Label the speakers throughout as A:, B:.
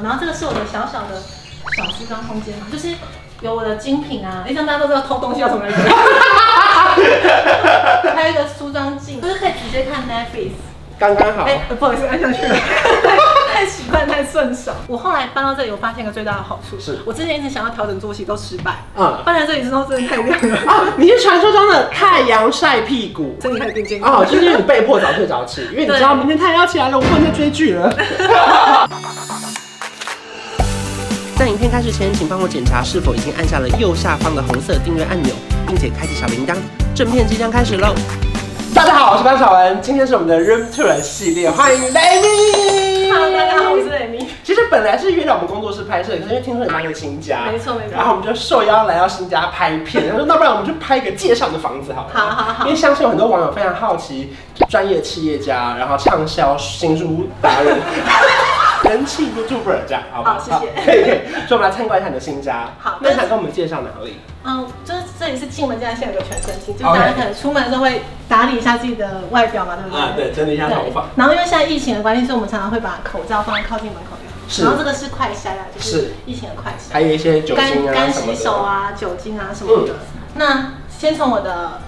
A: 然后这个是我的小小的小梳妆空间嘛，就是有我的精品啊，诶像大家都知道偷东西要从哪里 来，还有一个梳妆镜，就是可以直接看 Netflix。
B: 刚刚好。
A: 哎、不好意思，按下去了， 太习惯太顺手。我后来搬到这里，我发现一个最大的好处
B: 是
A: 我之前一直想要调整作息都失败，
B: 嗯
A: 搬来这里之后真的太亮 了，
B: 啊，你是传说中的太阳晒屁 股
A: 身体开始变健康。
B: 哦，就是因为你被迫早睡早起，因为你知道
A: 对
B: 明天太阳要起来了，我不能再追剧了。 在影片开始前，请帮我检查是否已经按下了右下方的红色订阅按钮，并且开启小铃铛。正片即将开始喽！大家好，我是班小文，今天是我们的 Room Tour 系列，欢迎 Amy。
A: Hello，大家好，我是 Amy。
B: 其实本来是约到我们工作室拍摄，可是因为听说你搬了新家，
A: 没错没错
B: 然后我们就受邀来到新家拍片，然后说那不然我们就拍一个介绍你的房子好了。
A: 好好好
B: 因为相信有很多网友非常好奇，专业企业家，然后畅销新书达人， 人气 YouTuber 这样，好不好？
A: 好谢谢
B: 可以可以，所以我们来参观一下你的新家。
A: 好
B: 那你想跟我们介绍哪里？
A: 嗯，就是这里是进门家，现在有个全身镜，就是大家可能出门的时候会打理一下自己的外表嘛，对不对？
B: 啊对整理一下
A: 对
B: 头发。
A: 然后因为现在疫情的关系，所以我们常常会把口罩放在靠近门口的。
B: 是
A: 然后这个是快筛啊，就是是疫情的快筛。
B: 还有一些酒精
A: 干
B: 啊
A: 干
B: 什么
A: 洗
B: 的。嗯
A: 手啊、酒精啊什么的。那先从我的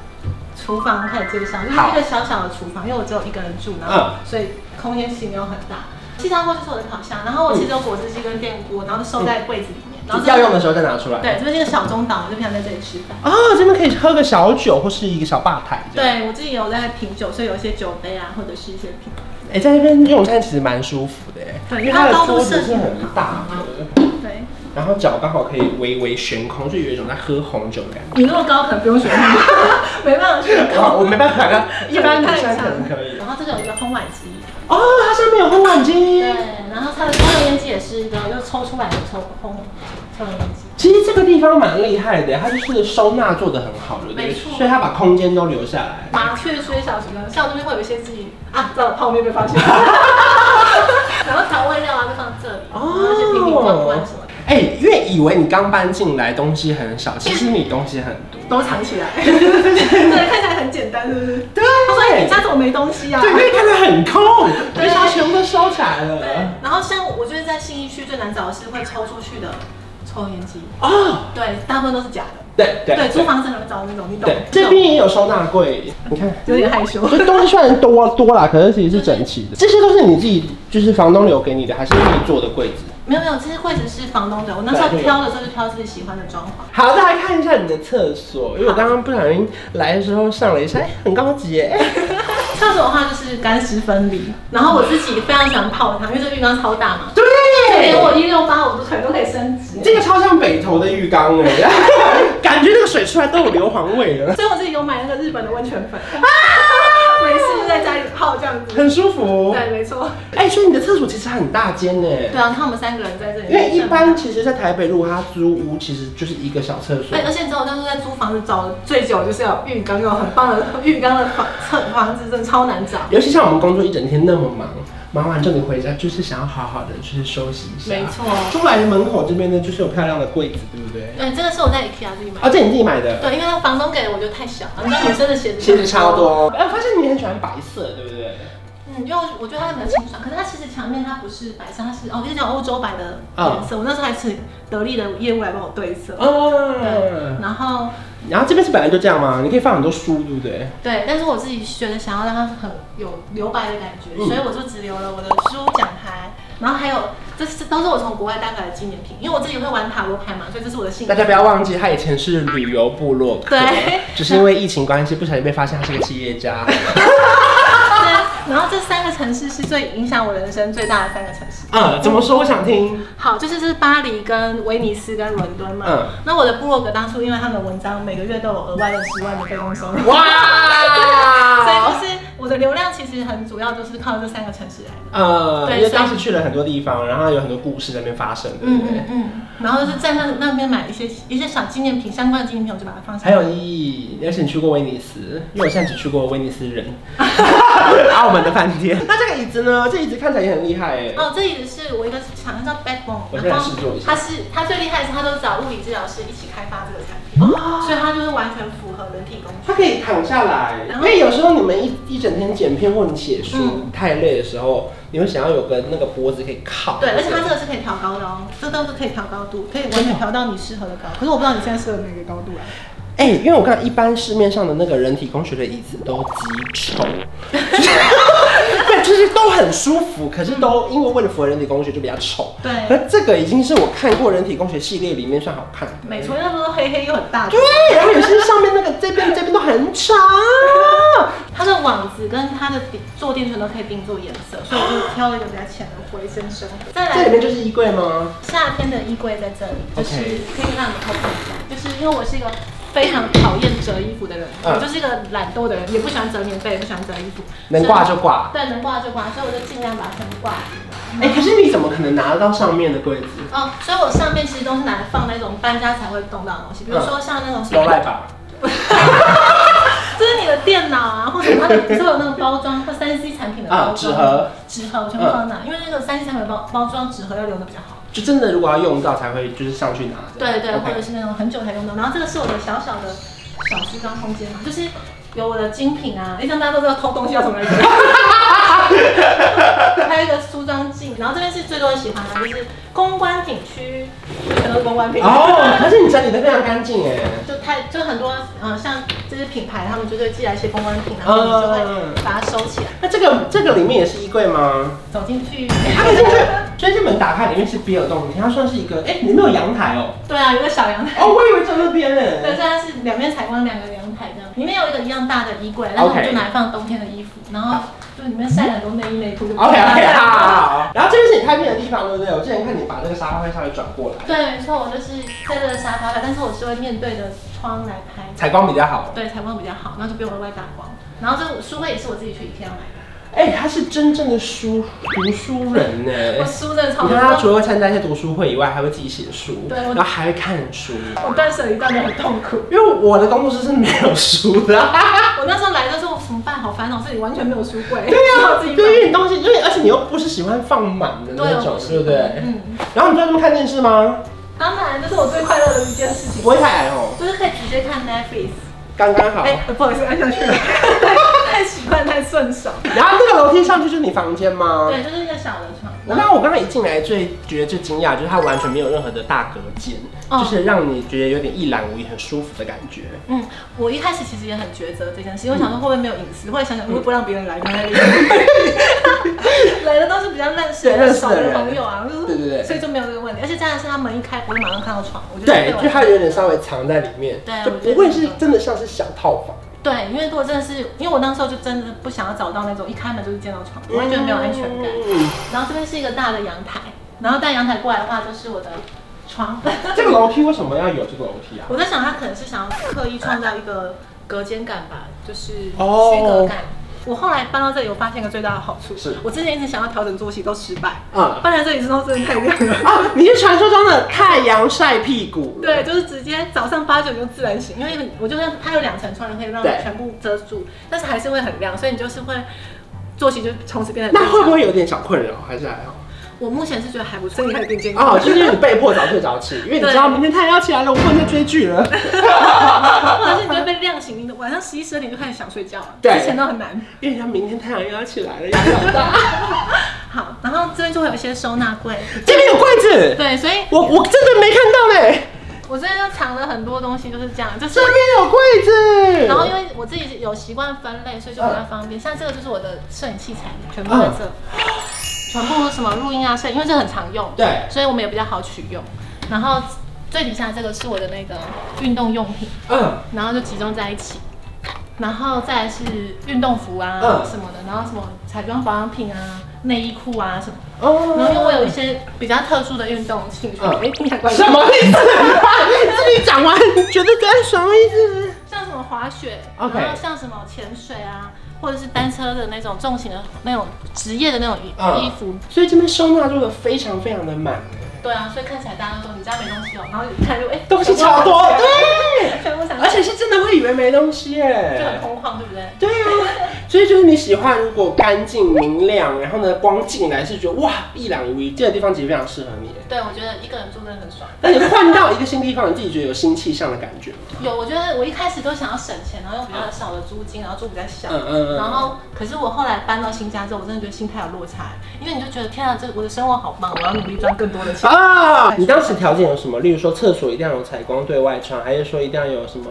A: 厨房开始介绍，就是
B: 好
A: 一个小小的厨房，因为我只有一个人住，然后
B: 嗯
A: 所以空间其实没有很大。气炸锅就是我的烤箱，然后我其实有果汁机跟电锅，然后就收在柜子里面。然后
B: 你
A: 这
B: 嗯要
A: 边
B: 用的时候再拿出来。
A: 对，这边是一个小中岛，我就平常在这里吃饭。
B: 啊，这边可以喝个小酒或是一个小吧台这样。
A: 对我自己有在品酒，所以有一些酒杯啊，或者是一些品。
B: 哎、在这边用餐其实蛮舒服的哎，
A: 对
B: 因为它的
A: 它高
B: 桌
A: 度
B: 子
A: 设
B: 是
A: 计
B: 很
A: 很好
B: 大的，
A: 对，
B: 然后脚刚好可以微微悬空，就有一种在喝红酒的感觉。
A: 你那么高可能不用选， 没办法选。
B: 好，我没办 法了，一般女生可能可以。
A: 然后这个有一个烘碗机，
B: 哦，它上面有烘碗机。
A: 对，然后它的抽油烟机也是一个又抽出来的抽烘抽油烟机。
B: 其实这个地方蛮厉害的，它就是收纳做的很好，对不对？
A: 没错
B: 所以它把空间都留下来。
A: 麻雀虽小，什么像这边会有一些自己啊，知道泡面被发现， 然后调味料啊就放这里，然后一些瓶瓶罐罐什么的
B: 哎、因为以为你刚搬进来东西很少，其实你东西很多。
A: 都藏起来，哦对，看起来很简单，是不是？
B: 对，
A: 他说哎你家怎么没东西啊？
B: 对，可以看得很空，而
A: 对
B: 且它全部都收起来
A: 对
B: 了。
A: 然后像我觉得在信义区最难找的是会抽出去的抽烟机，
B: 哦，
A: 对，大部分都是假的。
B: 对对
A: 对，租房子很难找那种，你懂
B: 对，？这边也有收纳柜，你看。
A: 有点 害羞。
B: 这东西虽然多多啦，可是其实是整齐的。这些都是你自己，就是房东留给你的，还是你自己做的柜子？
A: 没有没有，这些柜子是房东的，我那时候挑的时候就挑自己喜欢的装潢。
B: 好，再来看一下你的厕所，因为我刚刚不小心来的时候上了一下，哎，很高级耶。
A: 厕所的话就是干湿分离，然后我自己非常喜欢泡汤，因为这浴缸超大嘛，连我
B: 对，
A: 一六八我的腿都可以伸直。
B: 这个超像北投的浴缸哎， 感觉那个水出来都有硫磺味了，
A: 所以我自己有买那个日本的温泉粉，
B: 啊
A: 每次就在家里泡这样子。
B: 很舒服。
A: 对，没错。
B: 哎，所以你的厕所其实很大间呢。
A: 对啊，你看我们三个人在这里，
B: 因为一般其实，在台北，如果他租屋，其实就是一个小厕所
A: 哎。，而且你知道我当初在租房子找的最久，就是要浴缸，有很棒的浴缸的房厕房子，真的超难找。
B: 尤其像我们工作一整天那么忙，忙完之后你回家就是想要好好的就是休息一下。
A: 没错
B: 出来门口这边呢，就是有漂亮的柜子，对不对？
A: 对，嗯这个是我在 IKEA 自己买
B: 啊，
A: 的。
B: 这你自己买的，
A: 对，因为那房东给的我觉得太小了，你知道女生的鞋子
B: 其实超。多。哎、我发现你很喜欢白色，对不对？
A: 嗯，因为我觉得它比较清爽，可是它其实墙面它不是白色，它是哦，我跟你讲欧洲白的
B: 嗯
A: 颜色。我那时候还请得力的业务来帮我对色。对，
B: 哦。
A: 然后
B: 然后这边是本来就这样吗？你可以放很多书，对不对？
A: 对，但是我自己觉得想要让它很有留白的感觉，
B: 嗯
A: 所以我就只留了我的书讲台，然后还有这是都是我从国外带回来的纪念品，因为我自己会玩塔罗牌嘛，所以这是我的信
B: 大。家不要忘记，他以前是旅游部落客，
A: 对
B: 只是因为疫情关系，不小心被发现他是个企业 家。
A: 然后这三个城市是最影响我人生最大的三个城市。
B: 嗯，怎么说？我想听。
A: 好，就是是巴黎、跟威尼斯、跟伦敦嘛。
B: 嗯
A: 那我的部落格当初因为他们的文章每个月都有额外的十万的被动收入， 所
B: 哇！
A: 以就是我的流量其实很主要就是靠这三个城市来的。
B: 呃，
A: 对
B: 因为
A: 所以
B: 当时去了很多地方，然后有很多故事在那边发生，对
A: 嗯
B: 不对？
A: 嗯嗯。然后就是在那那边买一些一些小纪念品，相关的纪念品我就把它放下。
B: 还有意义，而且你去过威尼斯，因为我现在只去过威尼斯人，澳门的饭店。 那这个椅子呢？这椅子看起来也很厉害哎。
A: 哦，这椅子是我一个厂商叫 Backbone，
B: 我现在试坐一下
A: 它是它最厉害的是它都找物理治疗师一起开发这个产品，哦、所以它就是完全符合人体工学。
B: 它可以躺下来，因为有时候你们一一整天剪片或你写书、
A: 嗯
B: 太累的时候，你会想要有个那个脖子可以靠。
A: 对，而且它这个是可以调高的哦，这都是可以调高度，可以完全调到你适合的高。可是我不知道你现在适合哪个高度啊？
B: 哎、因为我看一般市面上的那个人体工学的椅子都极 丑，就是对，就是都很舒服，可是都因为为了符合人体工学就比较丑。
A: 对
B: 可是这个已经是我看过人体工学系列里面算好看的。
A: 美错，因为它都黑黑又很大。
B: 对，然后有些上面那个这边这边都很长。
A: 它的网子跟它的底坐垫全都可以定做颜色，所以我就挑了一个比较浅的回声深灰。再
B: 这里
A: 来，
B: 面就是衣柜吗？
A: 夏天的衣柜在这里，就是
B: OK
A: 可以让你透透气就是因为我是一个非常讨厌折衣服的人，
B: 嗯
A: 我就是一个懒惰的人，也不喜欢折棉被，也不喜欢折衣服，
B: 能挂就挂。
A: 所以对，能挂就挂，所以我就尽量把它全部挂平。
B: 哎、可是你怎么可能拿得到上面的柜子？
A: 哦，所以我上面其实都是拿来放那种搬家才会动到的东西，比如
B: 嗯
A: 说像那种什
B: 楼
A: 么
B: 赖吧。
A: 就是你的电脑啊，或者它的所有那个包装或三 C 产品的包
B: 啊纸
A: 装、
B: 盒、嗯
A: 纸盒我全部放哪？因为那个三 C 产品的包包装纸盒要留的比较好。
B: 就真的如果要用到才会就是上去拿的。
A: 对对，
B: OK
A: 或 者是那种很久才用到。然后这个是我的小小的小梳妆空间嘛，就是有我的精品啊，因为像大家都知道偷东西要从哪里拿 还有一个梳妆镜，然后这边是最多人喜欢的，就是公关品区，全都是公关品。
B: 哦，可是你整理的非常干净哎。
A: 就太就很多，嗯、像这些品牌，他们就会寄来一些公关品，然后我们就会把它收起来，
B: 那这个这个里面也是衣柜吗？
A: 走进去。
B: 它可以进去，所以这门打开里面是别有洞天，它算是一个哎、里面有阳台哦。
A: 对啊，有个小阳台。
B: 哦，我以为在那边
A: 对，
B: 呢。
A: 虽然是两边采光，两个阳台这样，里面有一个一样大的衣柜，然后我们
B: OK
A: 就拿来放冬天的衣服，然后就里面晒很多内衣内裤。就
B: OK OK，好好好。好。然后这边是你拍片的地方，对不对？我之前看你把那个沙发会稍微转过来，
A: 对，没错，我就是在这个沙发但是我是会面对着窗来拍，
B: 采光比较好。
A: 对，采光比较好，然后就不用额外打光。然后这个书柜也是我自己去 IKEA 买的，
B: 哎、他是真正的书读书人呢。
A: 我书真的超
B: 你
A: 多
B: 看他除了会参加一些读书会以外，还会自己写书，
A: 对我
B: 然后还会看书。
A: 我断舍离断的很痛苦。
B: 因为我的工作室是没有书 的。啊
A: 我那时候来的时候，我怎么办？好烦恼，这里完全没有书柜，
B: 对
A: 我
B: 啊，
A: 自己
B: 对，因
A: 买。
B: 为你东西，因为而且你又不是喜欢放满的那
A: 我
B: 种，
A: 不喜
B: 对
A: 欢
B: 不对？
A: 嗯，
B: 然后你就在那边看电视吗？
A: 当然，这是我最快乐的一件事情
B: 不，会太矮哦，
A: 就是可以直接看 Netflix。
B: 刚刚好。
A: 哎、不好意思，按下去了， 太习惯，太顺手。
B: 然后那个楼梯上去就是你房间吗？
A: 对，就是一个小的床。
B: 我刚刚我刚刚一进来最觉得最惊讶，就是它完全没有任何的大隔间，
A: 哦
B: 就是让你觉得有点一览无遗、很舒服的感觉。
A: 嗯，我一开始其实也很抉择这件事，因为我
B: 嗯
A: 想说会不会没有隐私，后来想想会不会不让别人来，放 在那里来的都是比较认识
B: 对认
A: 的
B: 识
A: 熟
B: 的
A: 的
B: 人
A: 朋友啊，就是
B: 对对对
A: 所以就没有这个问题。而且加上是他门一开，我就马上看到床，我觉得
B: 对，
A: 我
B: 就它有点稍微藏在里面，
A: 对啊
B: 就
A: 我觉得
B: 不会
A: 是
B: 是真的像是小套房。
A: 对，因为如果真的是，因为我那时候就真的不想要找到那种一开门就是见到床，我会觉得没有安全感。
B: 嗯
A: 然后这边是一个大的阳台，然后但阳台过来的话就是我的床。
B: 这个楼梯为什么要有这个楼梯啊？
A: 我在想，他可能是想要刻意创造一个隔间感吧，就是
B: 哦
A: 虚隔感。我后来搬到这里，我发现一个最大的好处
B: 是
A: 我之前一直想要调整作息都失败，
B: 啊、
A: 搬来这里之后真的太亮 了。
B: 啊！你是传说中的太阳晒屁股？
A: 对，就是直接早上八九就自然醒，因为我就算它有两层窗帘可以让
B: 对
A: 全部遮住，但是还是会很亮，所以你就是会作息就从此变 得
B: 那会不会有点小困扰？还是还好？
A: 我目前是觉得还不错，身体还更健康。
B: 哦，就是因为你被迫早睡早 起，因为你知道
A: 对
B: 明天太阳要起来了，我不能再追剧了。
A: 或者是你就会被亮醒，你晚上十一十二点就开始想睡觉了，
B: 对
A: 之前都很难。
B: 因为他明天太阳又要起来了，压力好大。
A: 好，然后这边就会有一些收纳柜，
B: 这边有柜子，
A: 对，所以
B: 我我真的没看到嘞。
A: 我这边就藏了很多东西，就是这样，就是
B: 这。边有柜子，
A: 然后因为我自己有习惯分类，所以就比较方便。像这个就是我的摄影器材，全部在
B: 嗯
A: 这，全部什么录音啊、摄影，因为这很常用，
B: 对
A: 所以我们也比较好取用。然后最底下这个是我的那个运动用品，
B: 嗯，
A: 然后就集中在一起。然后再来是运动服啊
B: 嗯
A: 什么的，然后什么彩妆保养品啊、内衣裤啊什么。
B: 哦
A: 然后因为我有一些比较特殊的运动兴趣，
B: 嗯
A: 哎，听起来怪怪的
B: 什么意思？你自己讲完，你觉得这什么意思？
A: 像什么滑雪
B: OK
A: 然后像什么潜水啊，或者是单车的那种重型的那种职业的那种衣、
B: 嗯
A: 衣服，
B: 所以这边收纳做的非常非常的满，
A: 对啊，所以看起来大家都说你家没东西哦，然后一看就哎、
B: 东西超多，对。
A: 全部想
B: 而且是真的会以为没东西耶，
A: 就很空旷，对不对？
B: 对啊，所以就是你喜欢，如果干净明亮，然后呢光进来是觉得哇一览无遗，这个地方其实非常适合你耶。
A: 对，我觉得一个人住真的很爽。
B: 那你换到一个新地方，你自己觉得有新气象的感觉吗？
A: 有，我觉得我一开始都想要省钱，然后用比较少的租金，然后住比较小。
B: 嗯嗯嗯
A: 然后，可是我后来搬到新家之后，我真的觉得心态有落差，因为你就觉得天啊，这我的生活好棒，我要努力赚更多的钱。
B: 啊，你当时条件有什么？例如说厕所一定要有采光对外窗，还是说一定要有什么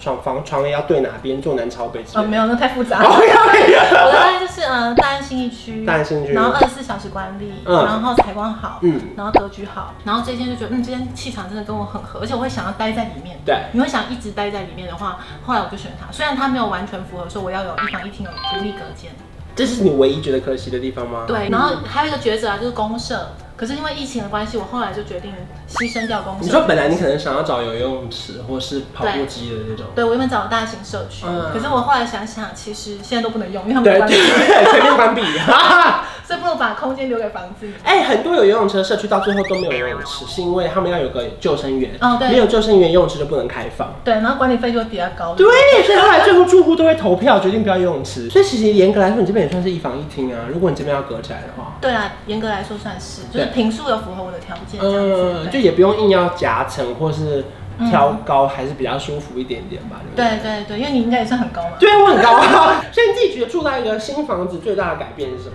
B: 床房床要对哪边，坐南朝北之
A: 哦，
B: 类
A: 没
B: 的？
A: 有，那太复
B: 嗯
A: 杂了。
B: OK，
A: 我的大概就是嗯，大安新一区，
B: 大安信义区
A: 然后二十四小时管理，
B: 嗯
A: 然后采光好，
B: 嗯
A: 然后格局好，然后这间就觉得嗯，这间气场真的跟我很合，而且我会想要待在里面。
B: 对
A: 你会想一直待在里面的话，后来我就选它，虽然它没有完全符合说我要有一房一厅有独立隔间，
B: 这是你唯一觉得可惜的地方吗？
A: 对，然后还有一个抉择啊，就是公社，可是因为疫情的关系，我后来就决定牺牲掉公
B: 你说
A: 社。
B: 本来你可能想要找游泳池或是跑步机的那种，
A: 对，我原本找大型社区，
B: 嗯
A: 可是我后来想想，其实现在都不能用，因为他们
B: 对
A: 关
B: 对
A: 闭，
B: 对，全面关 闭。哈哈
A: 所以不如把空间留给房子。
B: 哎，很多有游泳池的社区到最后都没有游泳池，是因为他们要有个救生员，
A: 哦对
B: 没有救生员游泳池就不能开放。
A: 对，然后管理费就会比较高。
B: 对，所以后来最后住户都会投票决定不要游泳池。所以其实严格来说，你这边也算是一房一厅啊。如果你这边要隔起来的话，
A: 对啊，严格来说算是，就是
B: 对
A: 平数有符合我的条件这样子。
B: 嗯，就
A: 对
B: 也不用硬要夹层或是挑高，还是比较舒服一点点吧。对不对
A: 对对对，因为你应该也算很高嘛。
B: 对，我很高啊。 所以你自己觉得住到一个新房子最大的改变是什么？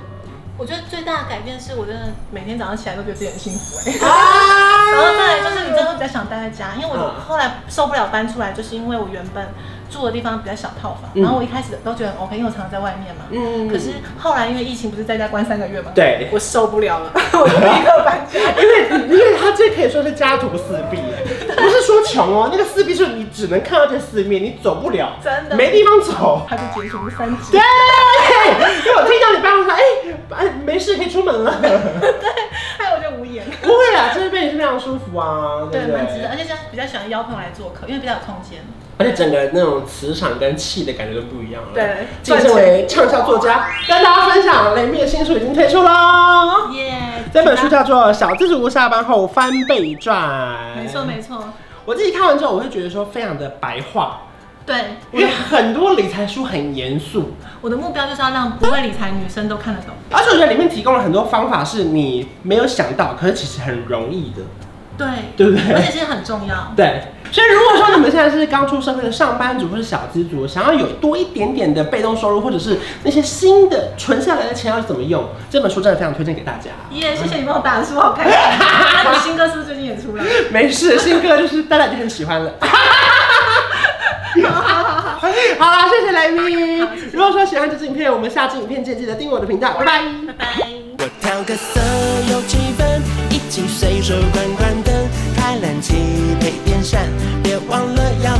A: 我觉得最大的改变是我真的每天早上起来都觉得自己很幸福 哎、
B: 啊
A: 然后再来就是你真的会比较想待在家，因为我
B: 嗯
A: 后来受不了搬出来，就是因为我原本住的地方比较小套房，
B: 嗯
A: 然后我一开始都觉得很 OK，因为我常常在外面嘛。
B: 嗯
A: 可是后来因为疫情不是在家关三个月嘛，
B: 对
A: 我受不 了了，我就立刻搬家。
B: 因为因为他这可以说是家徒四壁，不是说穷哦，那个四壁是你只能看到这四面，你走不了，
A: 真的
B: 没地方走。
A: 他就结束三集
B: 对，。因为我听到你爸妈说，哎、哎，没事可以出门了。
A: 还有我就无言。
B: 不会啊啦，这边也是非常舒服啊，对
A: 对，
B: 不
A: 蛮值得，
B: 对？
A: 而且现在比较喜欢邀朋友来做客，因为比较有空间。
B: 而且整个那种磁场跟气的感觉都不一样了。
A: 对
B: 晋升为畅销作家，跟大家分享雷密的新书已经推出喽。
A: 耶！
B: 这本书叫做《小资主下班后翻倍赚》，
A: 没错没错，
B: 我自己看完之后，我会觉得说非常的白话，
A: 对，
B: 因为很多理财书很严肃，
A: 我的目标就是要让不会理财女生都看得懂。
B: 而且我觉得里面提供了很多方法是你没有想到，可是其实很容易的，
A: 对，
B: 对不对
A: 而且这很重要。
B: 对。所以如果说你们现在是刚出社会的上班族或是小资族，想要有多一点点的被动收入，或者是那些新的存下来的钱要怎么用，这本书真的非常推荐给大家。
A: 耶！谢谢你帮我打书，好开 心。那你新歌是不是最近也出了？
B: 没事，新歌就是大家已经很 喜欢了。好啦，谢谢来宾。如果说喜欢这支影片，我们下支影片见，记得订阅我的频道，拜拜。
A: 拜拜。
C: 我调个色有气氛，一起随手关关灯，开冷气配电扇，别忘了要